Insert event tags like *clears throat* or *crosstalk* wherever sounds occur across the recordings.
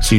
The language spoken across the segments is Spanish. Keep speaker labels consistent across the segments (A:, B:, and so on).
A: Si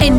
B: En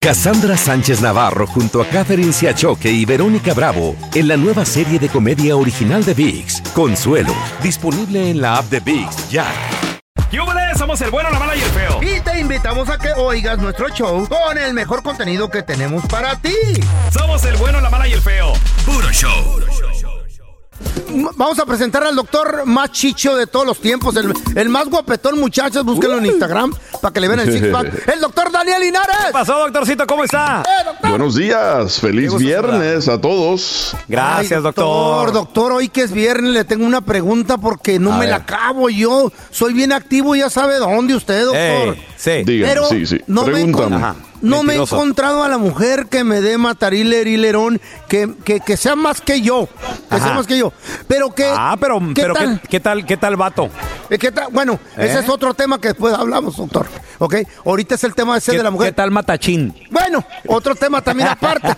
C: Cassandra Sánchez Navarro junto a Catherine Siachoque y Verónica Bravo en la nueva serie de comedia original de VIX, Consuelo, disponible en la app de VIX ya.
D: ¿Qué hubo de? Somos el bueno, la mala y el feo.
E: Y te invitamos a que oigas nuestro show con el mejor contenido que tenemos para ti.
D: Somos el bueno, la mala y el feo. Puro show.
E: M- Vamos a presentar al doctor más chicho de todos los tiempos, el, el más guapetón, muchachos. Búsquenlo en Instagram para que le vean el six *laughs* pack. El doctor Daniel Linares.
D: ¿Qué pasó, doctorcito? ¿Cómo está?
F: Buenos días, feliz viernes a todos.
D: Gracias,
E: Ay,
D: doctor.
E: doctor. Doctor, hoy que es viernes le tengo una pregunta porque no
D: A
E: me
D: ver.
E: la acabo yo. Soy bien activo, ya sabe dónde usted, doctor.
D: Ey, sí.
F: Diga,
E: Pero
F: sí, sí.
E: no, me, he encon-
F: Pregúntame.
D: Ajá,
E: no me he
D: mentiroso.
E: encontrado a la mujer que me dé matarile, hilerón, que, que, que sea más que yo, que sea
D: Ajá.
E: más que yo. Pero que...
D: Ah, pero,
E: ¿qué
D: pero
E: tal?
D: ¿qué, qué tal, qué tal vato?
E: Eh, ¿qué tal? Bueno, ese
D: ¿Eh?
E: es otro tema que después hablamos, doctor. ¿Ok? Ahorita es el tema ese
D: ¿Qué,
E: de la mujer.
D: ¿Qué tal matachín?
E: Bueno, otro tema
D: *laughs*
E: también aparte.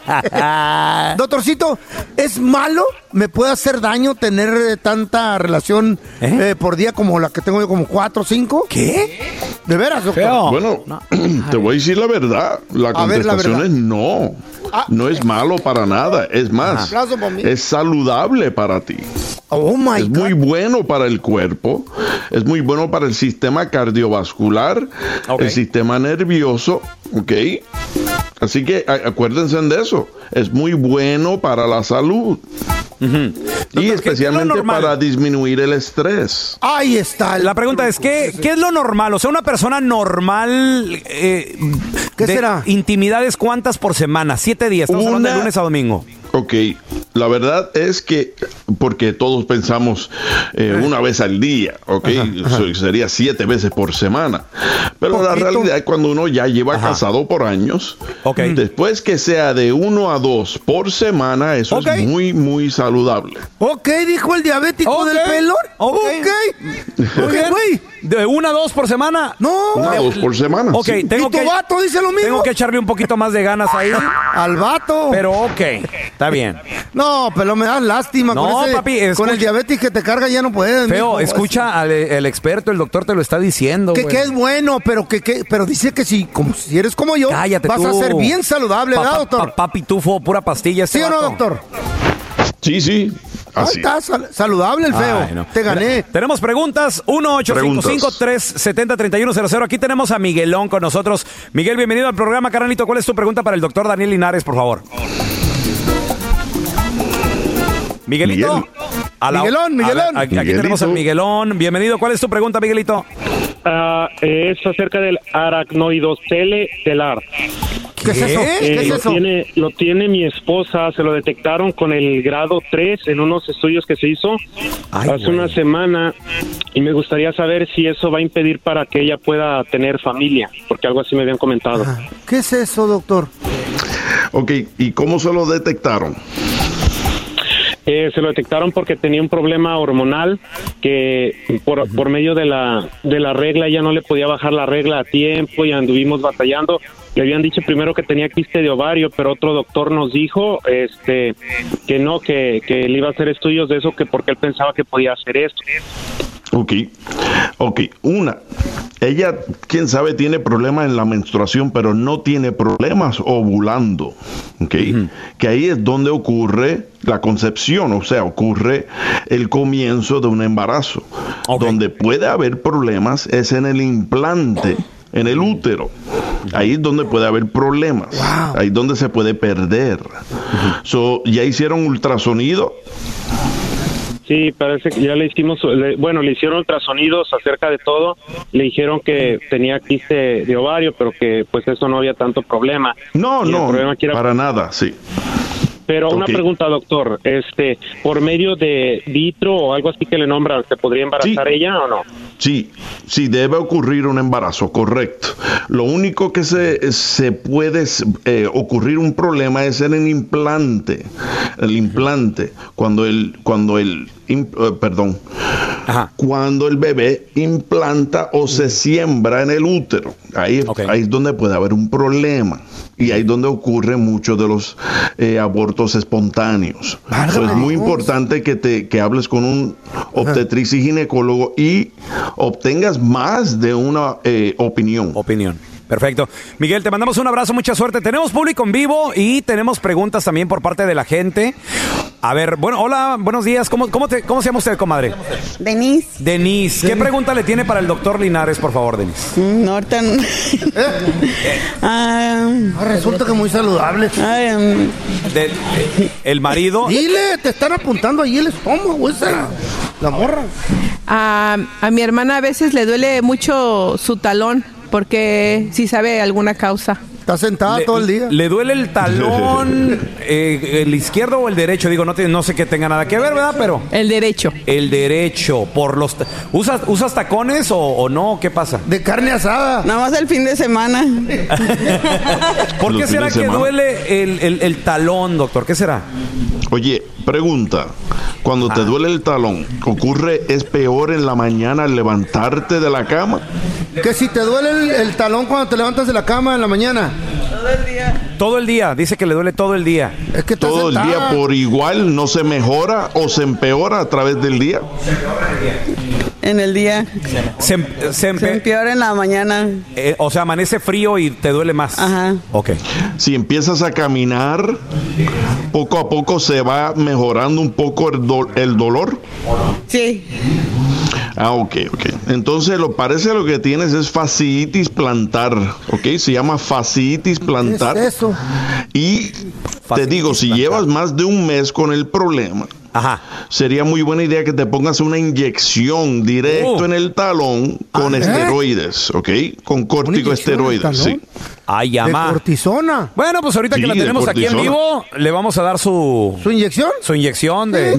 E: Doctorcito, ¿es malo? ¿Me puede hacer daño tener eh, tanta relación
D: ¿Eh?
E: eh, por día como la que tengo yo, como cuatro o cinco?
D: ¿Qué?
E: ¿De veras, doctor?
D: Feo.
F: Bueno, *clears throat* te voy a decir la verdad. La
E: A ver, la
F: contestación
E: verdad.
F: es no.
E: Ah.
F: No es malo para nada. Es más,
E: Aplauso para mí.
F: es saludable para ti.
E: Oh, my
F: Es
E: God.
F: muy bueno para el cuerpo, es muy bueno para el sistema cardiovascular,
D: Ok.
F: el sistema nervioso, ¿ok? Así que a- acuérdense de eso, es muy bueno para la salud.
D: ¿qué es
F: Y
D: lo
F: especialmente
D: normal?
F: para disminuir el estrés.
E: Ahí está.
D: La pregunta es, ¿qué, ¿qué es lo normal? O sea, una persona normal... eh,
E: ¿Qué
D: de
E: será?
D: Intimidades, ¿cuántas por semana? Siete días. Estamos hablando de
F: Una-
D: lunes a domingo.
F: Ok, la verdad es que, porque todos pensamos eh, una vez al día, ok, so- sería siete veces por semana. Pero la
E: Poquito.
F: realidad es cuando uno ya lleva
D: Ajá.
F: casado por años,
D: Ok.
F: después que sea de uno a dos por semana, eso
D: Ok.
F: es muy, muy saludable.
E: Ok, dijo el diabético
D: Ok.
E: del pelón.
D: Ok.
E: Ok. Ok, güey.
D: ¿De una a dos por semana?
E: No.
F: Una a dos por semana.
D: Ok,
F: sí.
D: tengo
E: y tu
D: que...
E: vato dice lo mismo.
D: Tengo que echarle un poquito más de ganas
E: *laughs*
D: ahí,
E: Al vato.
D: pero ok, está bien.
E: No, pero me das lástima.
D: No,
E: con ese-
D: papi,
E: Con
D: escucha.
E: el diabetes que te carga ya no puedes. mijo.
D: Feo, escucha al el experto, el doctor te lo está diciendo.
E: Que,
D: güey.
E: que es bueno, pero que, que pero dice que si como si eres como yo,
D: Cállate
E: vas a
D: tú.
E: ser bien saludable,
D: Pa-
E: ¿verdad,
D: pa-
E: doctor?
D: pa- papi tufo, pura pastilla. este
E: ¿Sí o no,
D: vato.
E: doctor?
F: Sí, sí,
E: Ahí
F: así.
E: está, sal- saludable el feo.
D: Ay, no.
E: Te gané.
D: Mira, tenemos preguntas. 1-855-370-3100. Aquí tenemos a Miguelón con nosotros. Miguel, bienvenido al programa, carnalito. ¿Cuál es tu pregunta para el doctor Daniel Linares, por favor? Miguelito.
F: Miguel.
D: A la-
E: Miguelón,
D: a la-
E: Miguelón.
D: aquí
F: Miguelito.
D: tenemos a Miguelón. Bienvenido. ¿Cuál es tu pregunta, Miguelito?
G: Ah, es acerca del aracnoidocele telar.
E: ¿Qué, es eso?
D: ¿Qué?
E: ¿Qué
G: Eh,
E: es
G: lo,
E: eso?
G: Tiene, lo tiene mi esposa, se lo detectaron con el grado 3 en unos estudios que se hizo
D: Ay,
G: hace
D: güey.
G: una semana y me gustaría saber si eso va a impedir para que ella pueda tener familia, porque algo así me habían comentado.
E: Ah, ¿Qué es eso, doctor?
F: Ok, ¿y cómo se lo detectaron?
G: Eh, se lo detectaron porque tenía un problema hormonal que por, por medio de la, de la regla ya no le podía bajar la regla a tiempo y anduvimos batallando. Le habían dicho primero que tenía quiste de ovario, pero otro doctor nos dijo este que no, que, que él iba a hacer estudios de eso, que porque él pensaba que podía hacer esto.
F: Ok, ok. Una, ella, quién sabe, tiene problemas en la menstruación, pero no tiene problemas ovulando. Ok, que ahí es donde ocurre la concepción, o sea, ocurre el comienzo de un embarazo.
D: Ok.
F: Donde puede haber problemas es en el implante. En el útero, ahí es donde puede haber problemas, ahí es donde se puede perder. So, ya hicieron ultrasonido,
G: Sí, parece que ya le hicimos, le- bueno, le hicieron ultrasonidos acerca de todo. Le dijeron que tenía quiste de ovario, pero que pues eso no había tanto problema.
F: No,
G: Y el
F: no,
G: problema aquí era-
F: para nada, sí.
G: Pero una
F: Ok.
G: pregunta, doctor, este, por medio de vitro o algo así que le nombran, ¿se podría embarazar
F: Sí.
G: ella o no?
F: Sí, sí, debe ocurrir un embarazo, correcto. Lo único que se, se puede eh, ocurrir un problema es en el implante. El implante, cuando el, cuando el, im- eh, perdón,
D: Ajá.
F: cuando el bebé implanta o se siembra en el útero. Ahí,
D: Ok.
F: ahí es donde puede haber un problema y ahí es donde ocurren muchos de los eh, abortos espontáneos.
E: Válgame
F: So, es muy
E: Dios.
F: importante que, te, que hables con un obstetriz y ginecólogo y obtengas más de una eh, opinión.
D: Opinión. Perfecto. Miguel, te mandamos un abrazo, mucha suerte. Tenemos público en vivo y tenemos preguntas también por parte de la gente. A ver, bueno, hola, buenos días. ¿Cómo, cómo, te- cómo se llama usted, comadre?
H: Denise,
D: Denise, ¿qué pregunta le tiene para el doctor Linares, por favor, Denise?
H: mm, ahorita.
D: *laughs*
H: no. Ah,
E: Ah, resulta que muy saludable.
H: ay, mm,
D: De- eh, el marido.
E: Dile, te están apuntando ahí el estómago, esa. La morra.
I: A, a mi hermana a veces le duele mucho su talón porque si sabe alguna causa.
E: Está sentada todo el día.
D: eh, le duele el talón, eh, el izquierdo o el derecho. Digo, no, te- no sé que tenga nada que ver, ¿verdad? Pero
I: El derecho.
D: el derecho, por los. ta- ¿Usas, usas tacones o, o no? ¿Qué pasa?
E: De carne asada.
H: nada más el fin de semana.
D: ¿Por
F: Los
D: qué
F: fines
D: será
F: de
D: que
F: semana.
D: duele el, el- el talón, doctor? ¿Qué será?
F: Oye, pregunta. Cuando
E: Ah.
F: te duele el talón, ¿ocurre, es peor en la mañana al levantarte de la cama?
E: Que si te duele el, el talón cuando te levantas de la cama en la mañana.
D: Todo el día, dice que le duele todo el día.
E: Es que estás
F: todo el día
E: sentada.
F: por igual no se mejora o se empeora a través del día.
H: En el día.
D: Se, em- se empe-
H: Se empeora en la mañana.
D: eh, o sea, amanece frío y te duele más.
H: Ajá.
D: Ok.
F: Si empiezas a caminar, poco a poco se va mejorando un poco el, do- el dolor.
H: Sí.
F: Ah, ok, ok. Entonces lo parece lo que tienes es fasciitis plantar, ¿ok? Se llama fasciitis
E: ¿Qué es
F: plantar.
E: eso?
F: Y te
D: Fasciitis
F: digo, si
D: plantar.
F: llevas más de un mes con el problema,
D: Ajá.
F: sería muy buena idea que te pongas una inyección directo
D: Oh.
F: en el talón con
E: Ah, ¿eh?
F: esteroides, ¿ok? Con
E: ¿Una inyección en el
F: corticoesteroides, sí.
E: talón?
D: Ay,
E: De
D: amá.
E: cortisona.
D: Bueno, pues ahorita
F: Sí,
D: que la
F: de
D: tenemos aquí en
F: cortisona.
D: vivo, le vamos a dar su,
E: ¿Su inyección?
D: su inyección de.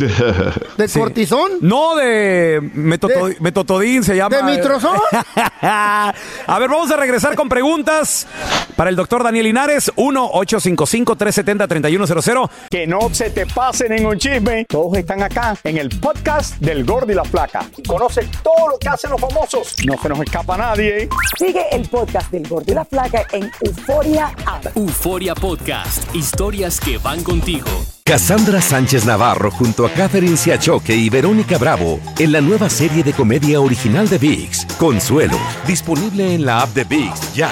E: ¿De
D: Sí.
E: cortisón?
D: No, de metoto-
E: De-
D: metotodín se llama.
E: ¿De mitrozón?
D: *laughs* a ver, vamos a regresar con preguntas para el doctor Daniel Linares, 1-855-370-3100.
J: Que no se te pase ningún chisme. Todos están acá en el podcast del Gordo y la Flaca. Conoce todo lo que hacen los famosos. No se nos escapa nadie.
K: Sigue el podcast del Gordo y la Flaca en Euforia App.
L: Euforia Podcast, historias que van contigo.
C: Cassandra Sánchez Navarro junto a Catherine Siachoque y Verónica Bravo en la nueva serie de comedia original de VIX, Consuelo, disponible en la app de VIX ya.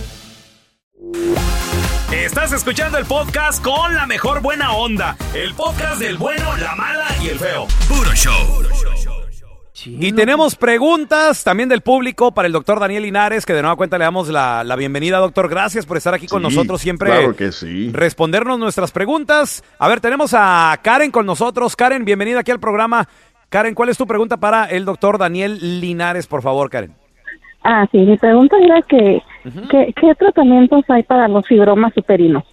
L: Estás escuchando el podcast con la mejor buena onda. El podcast del bueno, la mala y el feo. Puro show.
D: Y tenemos preguntas también del público para el doctor Daniel Linares, que de nueva cuenta le damos la, la bienvenida, doctor. Gracias por estar aquí con
F: Sí,
D: nosotros siempre.
F: claro que sí.
D: Respondernos nuestras preguntas. A ver, tenemos a Karen con nosotros. Karen, bienvenida aquí al programa. Karen, ¿cuál es tu pregunta para el doctor Daniel Linares, por favor, Karen?
K: Ah, sí, mi pregunta era que, ¿qué, ¿qué tratamientos hay para los fibromas superinos?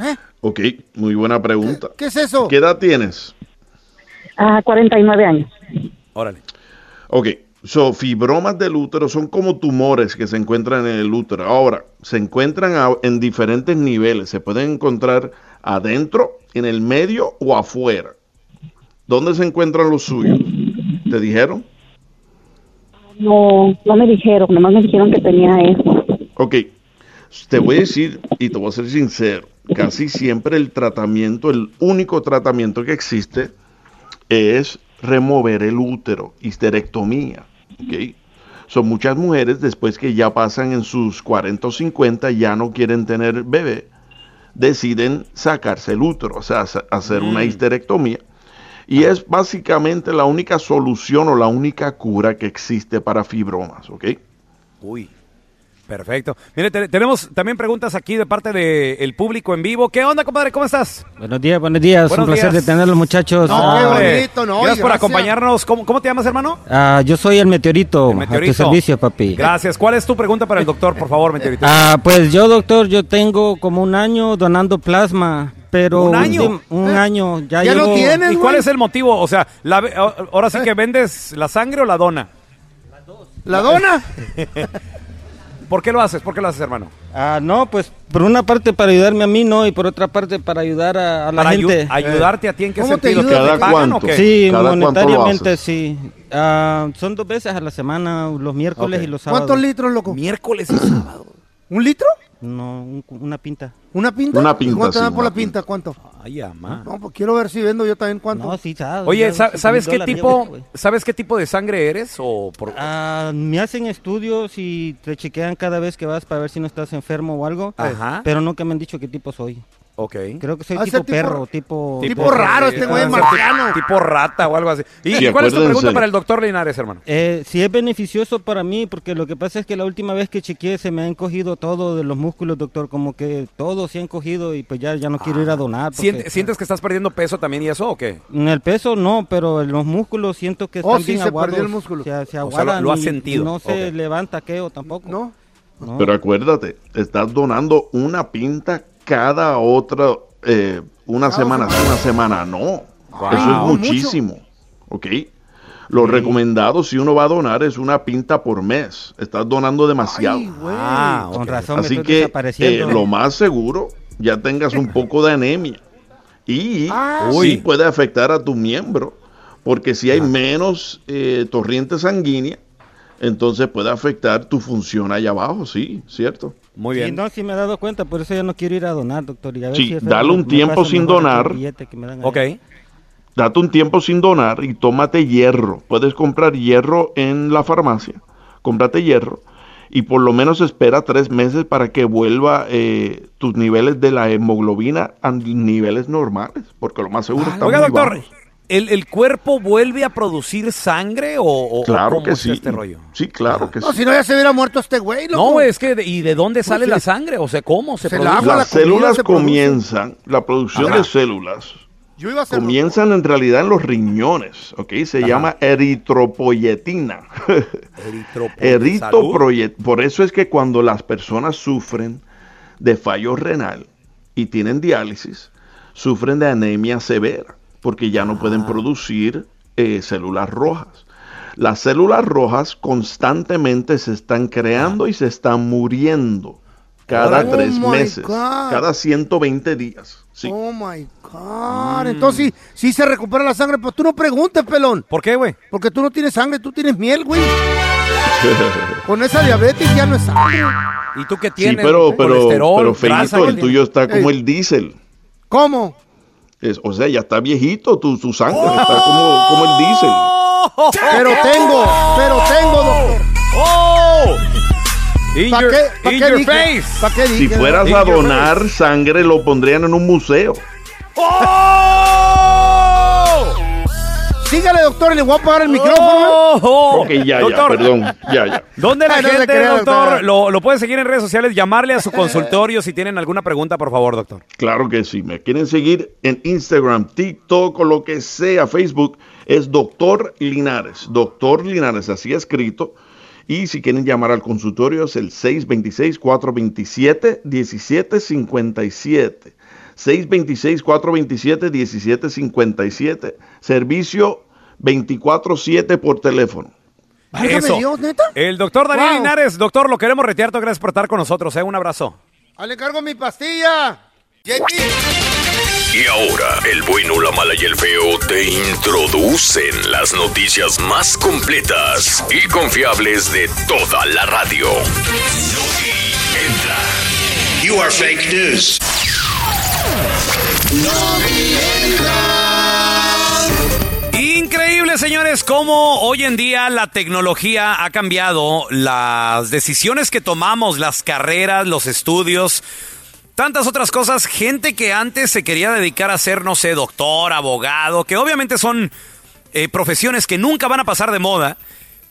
E: ¿Eh?
F: Ok, muy buena pregunta.
E: ¿Qué es eso?
F: ¿Qué edad tienes?
K: Ah, 49 años.
D: Órale.
F: Ok, so, fibromas del útero son como tumores que se encuentran en el útero. Ahora, se encuentran a- en diferentes niveles. Se pueden encontrar adentro, en el medio o afuera. ¿Dónde se encuentran los suyos? ¿Te dijeron?
K: No, no me dijeron, nomás me dijeron que tenía eso.
F: Ok, te voy a decir, y te voy a ser sincero, casi siempre el tratamiento, el único tratamiento que existe es remover el útero, histerectomía. ¿ok? Son muchas mujeres después que ya pasan en sus 40 o 50, ya no quieren tener bebé, deciden sacarse el útero, o sea, sa- hacer una histerectomía. Y es básicamente la única solución o la única cura que existe para fibromas, ¿ok?
D: Uy. Perfecto. Mire, te- tenemos también preguntas aquí de parte del público en vivo. ¿Qué onda, compadre? ¿Cómo estás?
M: Buenos días, buenos días.
D: Buenos
M: Un placer
D: días.
M: de tenerlos, muchachos. Ah,
D: bonito,
E: no,
D: Gracias por
E: gracias.
D: acompañarnos. ¿Cómo, cómo te llamas, hermano?
M: ah, yo soy el meteorito, Oh, a
D: Meteorito.
M: tu servicio, papi.
D: Gracias. ¿Cuál es tu pregunta para el doctor, por favor, meteorito?
M: Ah, pues yo, doctor, yo tengo como un año donando plasma, pero...
D: ¿Un año? Ah,
M: ultim- Un año, ya, llevo-
D: ¿Y cuál es el motivo? O sea, la ve- a- ahora sí que vendes la sangre o la dona.
E: ¿La dona?
D: ¿Por qué lo haces? ¿Por qué lo haces, hermano?
M: Ah, no, pues por una parte para ayudarme a mí, no, y por otra parte para ayudar a, a la
D: Para ayu-
M: gente.
D: ayudarte a ti, ¿en qué ¿Cómo te sentido? ¿Que ayuda? te
M: ¿Cada
D: pagan
M: cuánto?
D: o qué?
M: Sí,
D: ¿Cada cuánto lo
M: monetariamente
D: haces?
M: sí. Ah, son dos veces a la semana, los miércoles
E: Ok.
M: y los sábados.
E: ¿Cuántos litros, loco?
D: Miércoles y sábado.
E: ¿Un litro?
M: No, un- una pinta.
E: ¿Una pinta?
M: Una
E: ¿Y
M: pinta,
E: ¿Cuánto
M: sí,
E: dan por
M: una
E: la pinta? ¿Cuánto?
D: Ay, ama.
E: No, pues quiero ver si vendo yo también cuánto.
M: No, sí,
D: Oye,
M: Ya,
D: sa-
M: cinco
D: ¿sabes
M: mil
D: qué
M: dólares,
D: tipo,
M: ya, güey.
D: sabes qué tipo de sangre eres o por
M: Ah, me hacen estudios y te chequean cada vez que vas para ver si no estás enfermo o algo.
D: Ajá.
M: Pero nunca me han dicho qué tipo soy.
D: Ok.
M: Creo que soy
D: Ah, ese
M: tipo,
D: tipo-
M: perro, tipo...
D: Tipo raro, este güey, marciano. Tipo rata o algo así. ¿Y
M: Sí,
D: cuál es tu
M: acuérdense.
D: pregunta para el doctor Linares, hermano?
M: Eh, sí es beneficioso para mí, porque lo que pasa es que la última vez que chequeé se me han cogido todo de los músculos, doctor, como que todos se han cogido y pues ya, ya no quiero ir a
F: Ah,
M: donar. porque-
D: Ah, ¿Siente- ¿Sientes que estás perdiendo peso también y eso o qué?
M: En el peso no, pero en los músculos siento que
D: Oh,
M: están
D: sí,
M: bien
D: se
M: aguados.
D: perdió el músculo.
M: O sea, se
D: O sea, lo-
M: aguadan
D: lo has
M: y- y
D: sentido.
M: no se levanta queo tampoco. No.
F: Pero acuérdate, estás donando una pinta cada otra, eh, una semana, sí, una semana, no.
D: Wow.
F: Eso es
D: Mucho.
F: muchísimo, ¿ok? Lo recomendado si uno va a donar es una pinta por mes. Estás donando demasiado.
M: Ah, con razón me
F: Así
M: estoy
F: que
M: desapareciendo.
F: eh, lo más seguro, ya tengas un poco de anemia. Y
M: Ah.
F: sí
M: Uy.
F: puede afectar a tu miembro, porque si hay menos eh, torriente sanguínea, entonces puede afectar tu función allá abajo, sí, ¿cierto?
D: Muy
M: Sí, no, sí me he dado cuenta, por eso ya no quiero ir a donar, doctor. Y a ver
F: Sí,
M: si es
F: dale
M: verdad,
F: un
M: me
F: tiempo
M: pasa
F: sin
M: mejor el
F: donar.
M: billete que me dan ahí.
D: Ok.
F: Date un tiempo sin donar y tómate hierro. Puedes comprar hierro en la farmacia, cómprate hierro y por lo menos espera tres meses para que vuelva eh, tus niveles de la hemoglobina a niveles normales, porque lo más seguro está
D: Ah, Oiga,
F: muy
D: doctor,
F: bajo.
D: ¿el, el cuerpo vuelve a producir sangre o, o- o
F: Claro
D: cómo
F: que
D: está
F: sí.
D: este rollo?
F: Sí, claro que
E: No,
F: sí.
E: si no ya se hubiera muerto este güey, loco.
D: No, güey, es que, de- ¿y de dónde
F: Pues
D: sale
E: sí.
D: la sangre? O sea, ¿cómo se,
E: Se
D: produce?
E: lava la
F: Las células comienzan, la producción
D: Ajá.
F: de células
E: Yo iba a hacer
F: comienzan en realidad en los riñones, ¿ok? Se llama eritropoyetina. *laughs* Eritoproye- Por eso es que cuando las personas sufren de fallo renal y tienen diálisis, sufren de anemia severa, porque ya no pueden
E: Ah.
F: producir eh, células rojas. Las células rojas constantemente se están creando y se están muriendo cada
E: Oh
F: tres
E: my
F: meses,
E: God.
F: cada 120 días. Sí.
E: Oh my God. Entonces, si se recupera la sangre, pues tú no preguntes, pelón.
D: ¿Por qué, güey?
E: Porque tú no tienes sangre, tú tienes miel, güey. Con esa diabetes ya no es sangre.
D: ¿Y tú qué
F: Sí,
D: tienes?
F: pero, pero,
D: colesterol,
F: pero
D: grasa,
F: feíto,
D: ¿qué
F: el
D: tienes?
F: tuyo está como
D: Ey.
F: el diésel.
E: ¿Cómo?
F: Es- o sea, ya está viejito tu, tu sangre,
E: ¡Oh!
F: está como, como el diésel.
E: Pero tengo, pero tengo, doctor.
D: ¡Oh! In
E: ¿Para
D: your-
E: qué? ¿Para
D: in
E: qué
D: your
E: dije?
D: face.
E: ¿Para qué dije?
F: Si fueras
E: In
F: a
E: your
F: donar sangre, lo pondrían en un museo.
E: ¡Oh! Sígale, doctor, y le voy a apagar el
D: Oh.
E: micrófono. ¿eh?
F: Ok, ya, ya,
D: Doctor.
F: perdón. Ya, ya.
D: ¿Dónde la
E: Ay, no se
D: gente,
E: crea,
D: doctor,
E: doctor.
D: lo, lo puede seguir en redes sociales? Llamarle a su consultorio si tienen alguna pregunta, por favor, doctor.
F: Claro que sí. Me quieren seguir en Instagram, TikTok o lo que sea, Facebook. Es Doctor Linares. Doctor Linares, así escrito. Y si quieren llamar al consultorio es el 626-427-1757. 626-427-1757. Servicio 24-7 por teléfono.
E: Válgame
D: Eso.
E: Dios, ¿neta?
D: El doctor Daniel
E: Wow.
D: Linares, doctor, lo queremos retear. Gracias por estar con nosotros. ¿eh? Un abrazo.
E: ¡Ale, cargo mi pastilla!
N: Y ahora, el bueno, la mala y el feo te introducen las noticias más completas y confiables de toda la radio.
O: You are fake news.
D: Increíble, señores, cómo hoy en día la tecnología ha cambiado las decisiones que tomamos, las carreras, los estudios, tantas otras cosas. Gente que antes se quería dedicar a ser, no sé, doctor, abogado, que obviamente son eh, profesiones que nunca van a pasar de moda.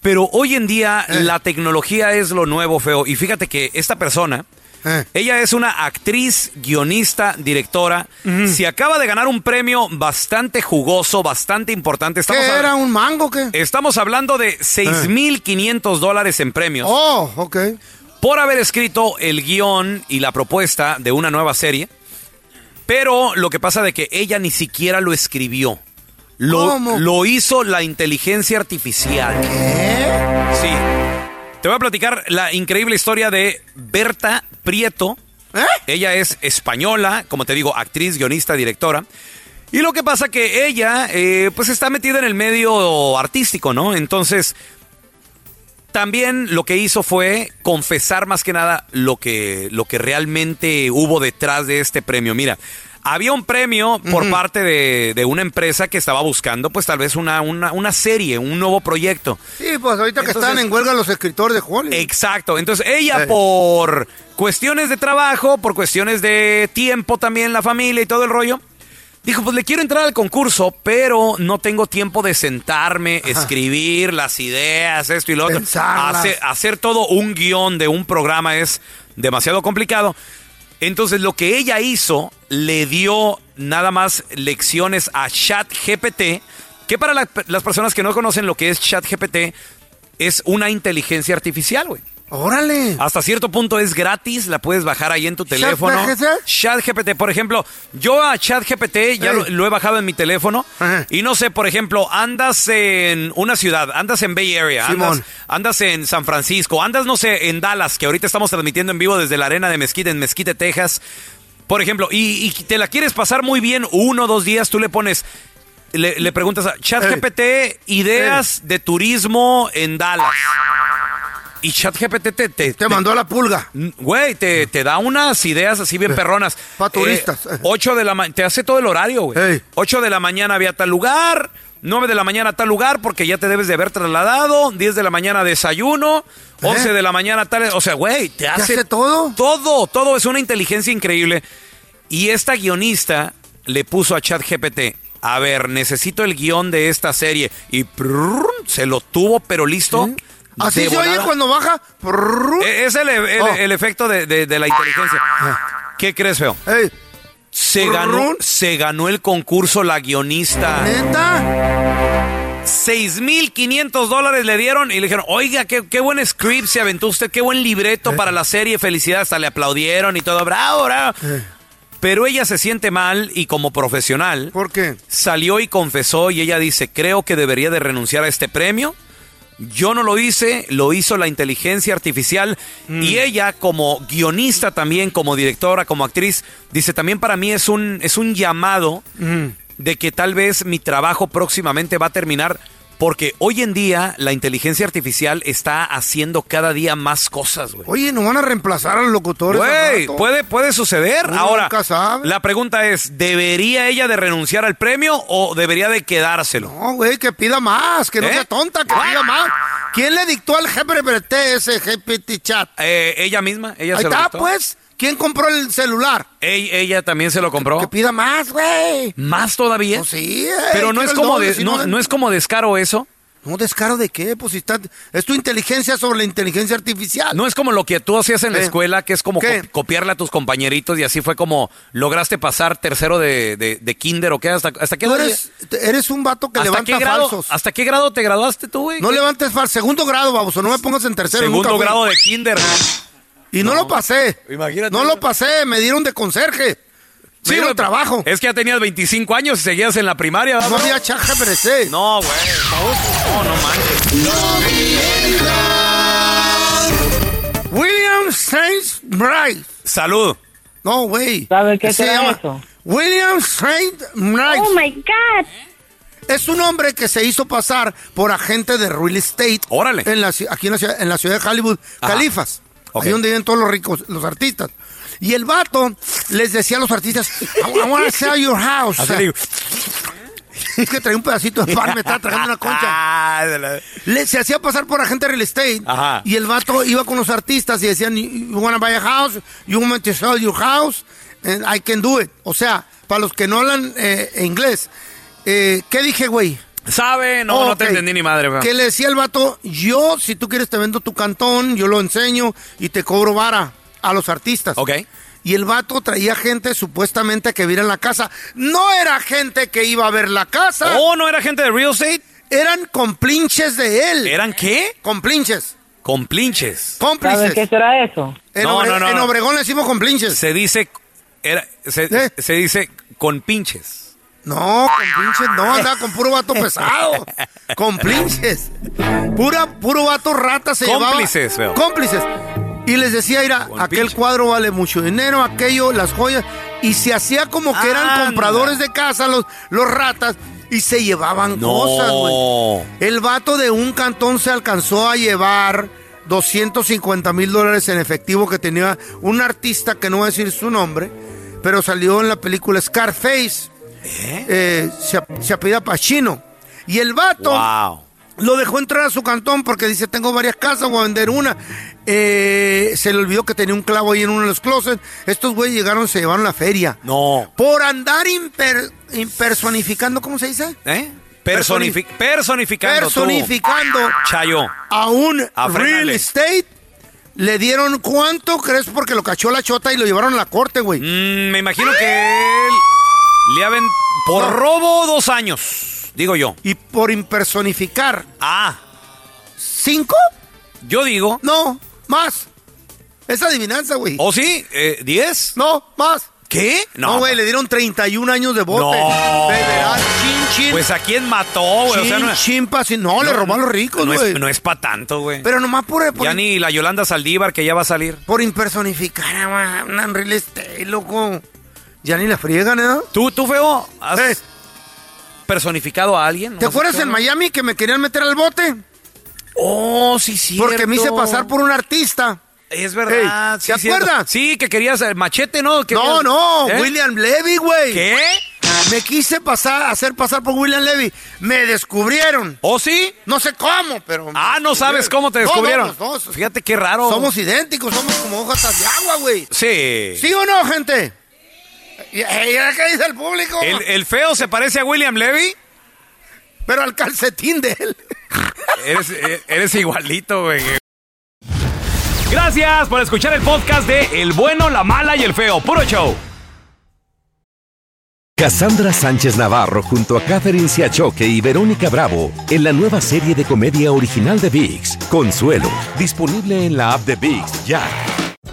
D: Pero hoy en día la tecnología es lo nuevo, feo. Y fíjate que esta persona,
E: Eh.
D: ella es una actriz, guionista, directora. Se acaba de ganar un premio bastante jugoso, bastante importante. Estamos Eh,
E: ¿Qué
D: hab-
E: era? ¿Un mango qué?
D: Estamos hablando de 6.500 dólares en premios
E: Oh, ok.
D: por haber escrito el guión y la propuesta de una nueva serie. Pero lo que pasa de que ella ni siquiera lo escribió. Lo,
E: ¿Cómo?
D: lo hizo la inteligencia artificial.
E: ¿Eh?
D: Sí. Te voy a platicar la increíble historia de Berta Prieto. Ella es española, como te digo, actriz, guionista, directora. Y lo que pasa que ella, eh, pues está metida en el medio artístico, ¿no? Entonces, también lo que hizo fue confesar más que nada lo que, lo que realmente hubo detrás de este premio. Mira, había un premio por parte de, de una empresa que estaba buscando, pues tal vez una, una, una serie, un nuevo proyecto.
E: Sí, pues ahorita que están en huelga los escritores de Hollywood.
D: Exacto. Entonces ella
E: Eh.
D: por cuestiones de trabajo, por cuestiones de tiempo también, la familia y todo el rollo, dijo, pues le quiero entrar al concurso, pero no tengo tiempo de sentarme, escribir las ideas, esto y lo otro.
E: Pensarlas.
D: Hace- hacer todo un guión de un programa es demasiado complicado. Entonces lo que ella hizo le dio nada más lecciones a ChatGPT, que para la- las personas que no conocen lo que es ChatGPT, es una inteligencia artificial, güey.
E: Órale.
D: Hasta cierto punto es gratis, la puedes bajar ahí en tu teléfono.
E: ChatGPT?
D: ChatGPT, por ejemplo, yo a ChatGPT ya lo, lo he bajado en mi teléfono. Y no sé, por ejemplo, andas en una ciudad, andas en Bay Area, andas,
E: Simón.
D: andas en San Francisco, andas, no sé, en Dallas, que ahorita estamos transmitiendo en vivo desde la arena de Mesquite, en Mesquite, Texas. Por ejemplo, y, y te la quieres pasar muy bien uno o dos días, tú le pones, le, le preguntas a ChatGPT ideas de turismo en Dallas. Y ChatGPT te, te, te
E: mandó a la pulga.
D: Güey, te, te da unas ideas así bien perronas.
E: Eh, Pa' turistas.
D: 8 de la mañana. Te hace todo el horario, güey. 8 de la mañana había tal lugar. 9 de la mañana a tal lugar porque ya te debes de haber trasladado. 10 de la mañana desayuno. 11 de la mañana tal. O sea, güey, te hace,
E: Eh. hace
D: todo. Todo, todo. Es una inteligencia increíble. Y esta guionista le puso a ChatGPT. A ver, necesito el guión de esta serie. Y prrrrum, se lo tuvo, pero listo.
E: Así
D: de
E: se
D: volada.
E: oye cuando baja. Prrrr.
D: E- Es el, el-
E: Oh.
D: el efecto de, de- de la inteligencia. ¿Qué crees, feo? Se ganó, se ganó el concurso la guionista. ¿Neta? 6.500 dólares le dieron y le dijeron, oiga, qué, qué buen script se aventó usted, qué buen libreto para la serie, felicidades, hasta le aplaudieron y todo, bravo, bravo. Pero ella se siente mal y como profesional.
E: ¿Por qué?
D: Salió y confesó y ella dice, creo que debería de renunciar a este premio. Yo no lo hice, lo hizo la inteligencia artificial y ella como guionista también, como directora, como actriz, dice también para mí es un, es un llamado de que tal vez mi trabajo próximamente va a terminar porque hoy en día la inteligencia artificial está haciendo cada día más cosas, güey.
E: Oye, nos van a reemplazar a los locutores. al
D: Güey,
E: rato.
D: puede, puede suceder.
E: Uno
D: Ahora,
E: nunca sabe.
D: la pregunta es, ¿debería ella de renunciar al premio o debería de quedárselo?
E: No, güey, que pida más, que no
D: ¿Eh?
E: sea tonta, que pida más. ¿Quién le dictó al GPT ese GPT chat?
D: Eh, ella misma, ella
E: Ahí
D: se lo
E: está,
D: dictó.
E: pues. ¿Quién compró el celular?
D: Ey- Ella también se lo compró.
E: Que pida más, güey.
D: ¿Más todavía?
E: Pues sí.
D: Pero no es como de- no- no es como descaro eso.
E: ¿No descaro de qué? Pues si está, es tu inteligencia sobre la inteligencia artificial.
D: No es como lo que tú hacías en la
E: Eh,
D: escuela, que es como
E: ¿qué?
D: co- copiarle a tus compañeritos y así fue como lograste pasar tercero de, de- de kinder o qué, hasta, hasta qué
E: Tú
D: edad-
E: eres, eres un vato que
D: ¿Hasta
E: levanta
D: qué grado-
E: falsos.
D: ¿Hasta qué grado te graduaste tú, güey?
E: No levantes falsos. Segundo grado, baboso. No me pongas en tercero.
D: Segundo
E: nunca fui.
D: grado de kinder.
E: Y no, lo pasé. No lo pasé. Me dieron de conserje.
D: Sí, un trabajo. Es que ya tenías 25 años y seguías en la primaria. No había
E: chaja, pero sí.
D: No, güey. No, no manches.
E: William Saint Bright.
D: Salud.
E: No, güey.
P: ¿Sabe qué
E: se
P: será
E: llama?
P: eso?
E: William Saint Bright. Oh my God. Es un hombre que se hizo pasar por agente de real estate.
D: Órale.
E: En la, ci- aquí en la, ciudad, en la ciudad de Hollywood,
D: Ajá.
E: Califas.
D: Ok.
E: Ahí donde viven todos los ricos, los artistas. Y el vato les decía a los artistas, I, want to sell your house.
D: Así le digo.
E: Es que traía un pedacito de pan, me estaba tragando
D: *laughs*
E: una concha.
D: Ah,
E: Le, se hacía pasar por agente de real estate.
D: Ajá.
E: Y el vato iba con los artistas y decían, you wanna buy a house, you want me to sell your house, and I can do it. O sea, para los que no hablan eh, inglés, eh, ¿qué dije, güey?
D: ¿Sabe? No, no te
E: Ok.
D: entendí ni madre, güey.
E: Que le decía el vato, yo, si tú quieres, te vendo tu cantón, yo lo enseño y te cobro vara a los artistas.
D: Ok.
E: Y el vato traía gente supuestamente que viera la casa. No era gente que iba a ver la casa.
D: Oh, no era gente de real estate.
E: Eran complinches de él.
D: ¿Eran qué?
E: Complinches.
D: Complinches.
E: Cómplices.
P: ¿Sabe qué será eso?
E: En, Obre- en Obregón le decimos con pinches.
D: Se dice. Era, se,
E: ¿Eh?
D: se dice con pinches.
E: No, con pinches no, andaba con puro vato pesado. Con pinches. Pura, puro vato rata se
D: Cómplices,
E: llevaba.
D: feo.
E: Cómplices. Y les decía, mira, aquel cuadro vale mucho dinero, aquello, las joyas. Y se hacía como que eran
D: Anda.
E: compradores de casa los, los ratas y se llevaban
D: No.
E: cosas, güey. El vato de un cantón se alcanzó a llevar 250 mil dólares en efectivo que tenía un artista que no voy a decir su nombre, pero salió en la película Scarface. Eh, se, ap- se apellida Pachino. Y el vato lo dejó entrar a su cantón porque dice, tengo varias casas, voy a vender una. Eh, se le olvidó que tenía un clavo ahí en uno de los closets. Estos güeyes llegaron, se llevaron la feria.
D: No.
E: Por andar imper- impersonificando, ¿cómo se dice?
D: ¿Eh? Personifi- personificando. tú. Ah,
E: Personificando
D: Chayo.
E: a un
D: A Frenales.
E: real estate. Le dieron cuánto, crees, porque lo cachó la chota y lo llevaron a la corte, güey.
D: Mm, me imagino que él le haben por
E: No.
D: robo dos años, digo yo.
E: Y por impersonificar.
D: Ah.
E: ¿Cinco?
D: Yo digo.
E: No, más. Es adivinanza, güey.
D: ¿O sí? Eh, ¿Diez?
E: No, más.
D: ¿Qué? No. pues,
E: No, güey, le dieron 31 años de bote.
D: No.
E: De verdad, chin, chin.
D: Pues a quién mató, güey. O sea,
E: Chin,
D: no,
E: chin, pa- si- no, le
D: no,
E: robaron los ricos,
D: no
E: güey.
D: es, no es pa' tanto, güey.
E: Pero pues, nomás por, por,
D: Ya ni la Yolanda Saldívar que ya va a salir.
E: por impersonificar a una una real estate, loco. Ya ni la friegan, ¿eh?
D: ¿Tú, tú feo? ¿Has personificado a alguien?
E: ¿Te acuerdas en Miami que me querían meter al bote?
D: Oh, sí, sí.
E: Porque me hice pasar por un artista.
D: Es verdad.
E: Ey,
D: sí,
E: ¿Te
D: es cierto.
E: acuerdas?
D: Sí, que querías el machete, ¿no? Que-
E: No, no,
D: ¿Eh?
E: William Levy, güey.
D: ¿Qué?
E: Me quise pasar, hacer pasar por William Levy. Me descubrieron.
D: ¿Oh, sí?
E: No sé cómo, pero.
D: Ah, no sabes cómo te
E: No, no,
D: descubrieron.
E: los dos.
D: Fíjate qué raro.
E: Somos idénticos, somos como hojas de agua, güey.
D: Sí.
E: ¿Sí o no, gente? ¿Y, y- y- qué dice el eh, público?
D: ¿El, el feo se parece a William Levy?
E: Pero al calcetín de él.
D: Eres, e- eres igualito, güey. Gracias por escuchar el podcast de El bueno, la mala y el feo. Puro show.
C: Cassandra Sánchez Navarro junto a Catherine Siachoque y Verónica Bravo en la nueva serie de comedia original de VIX, Consuelo, disponible en la app de VIX ya.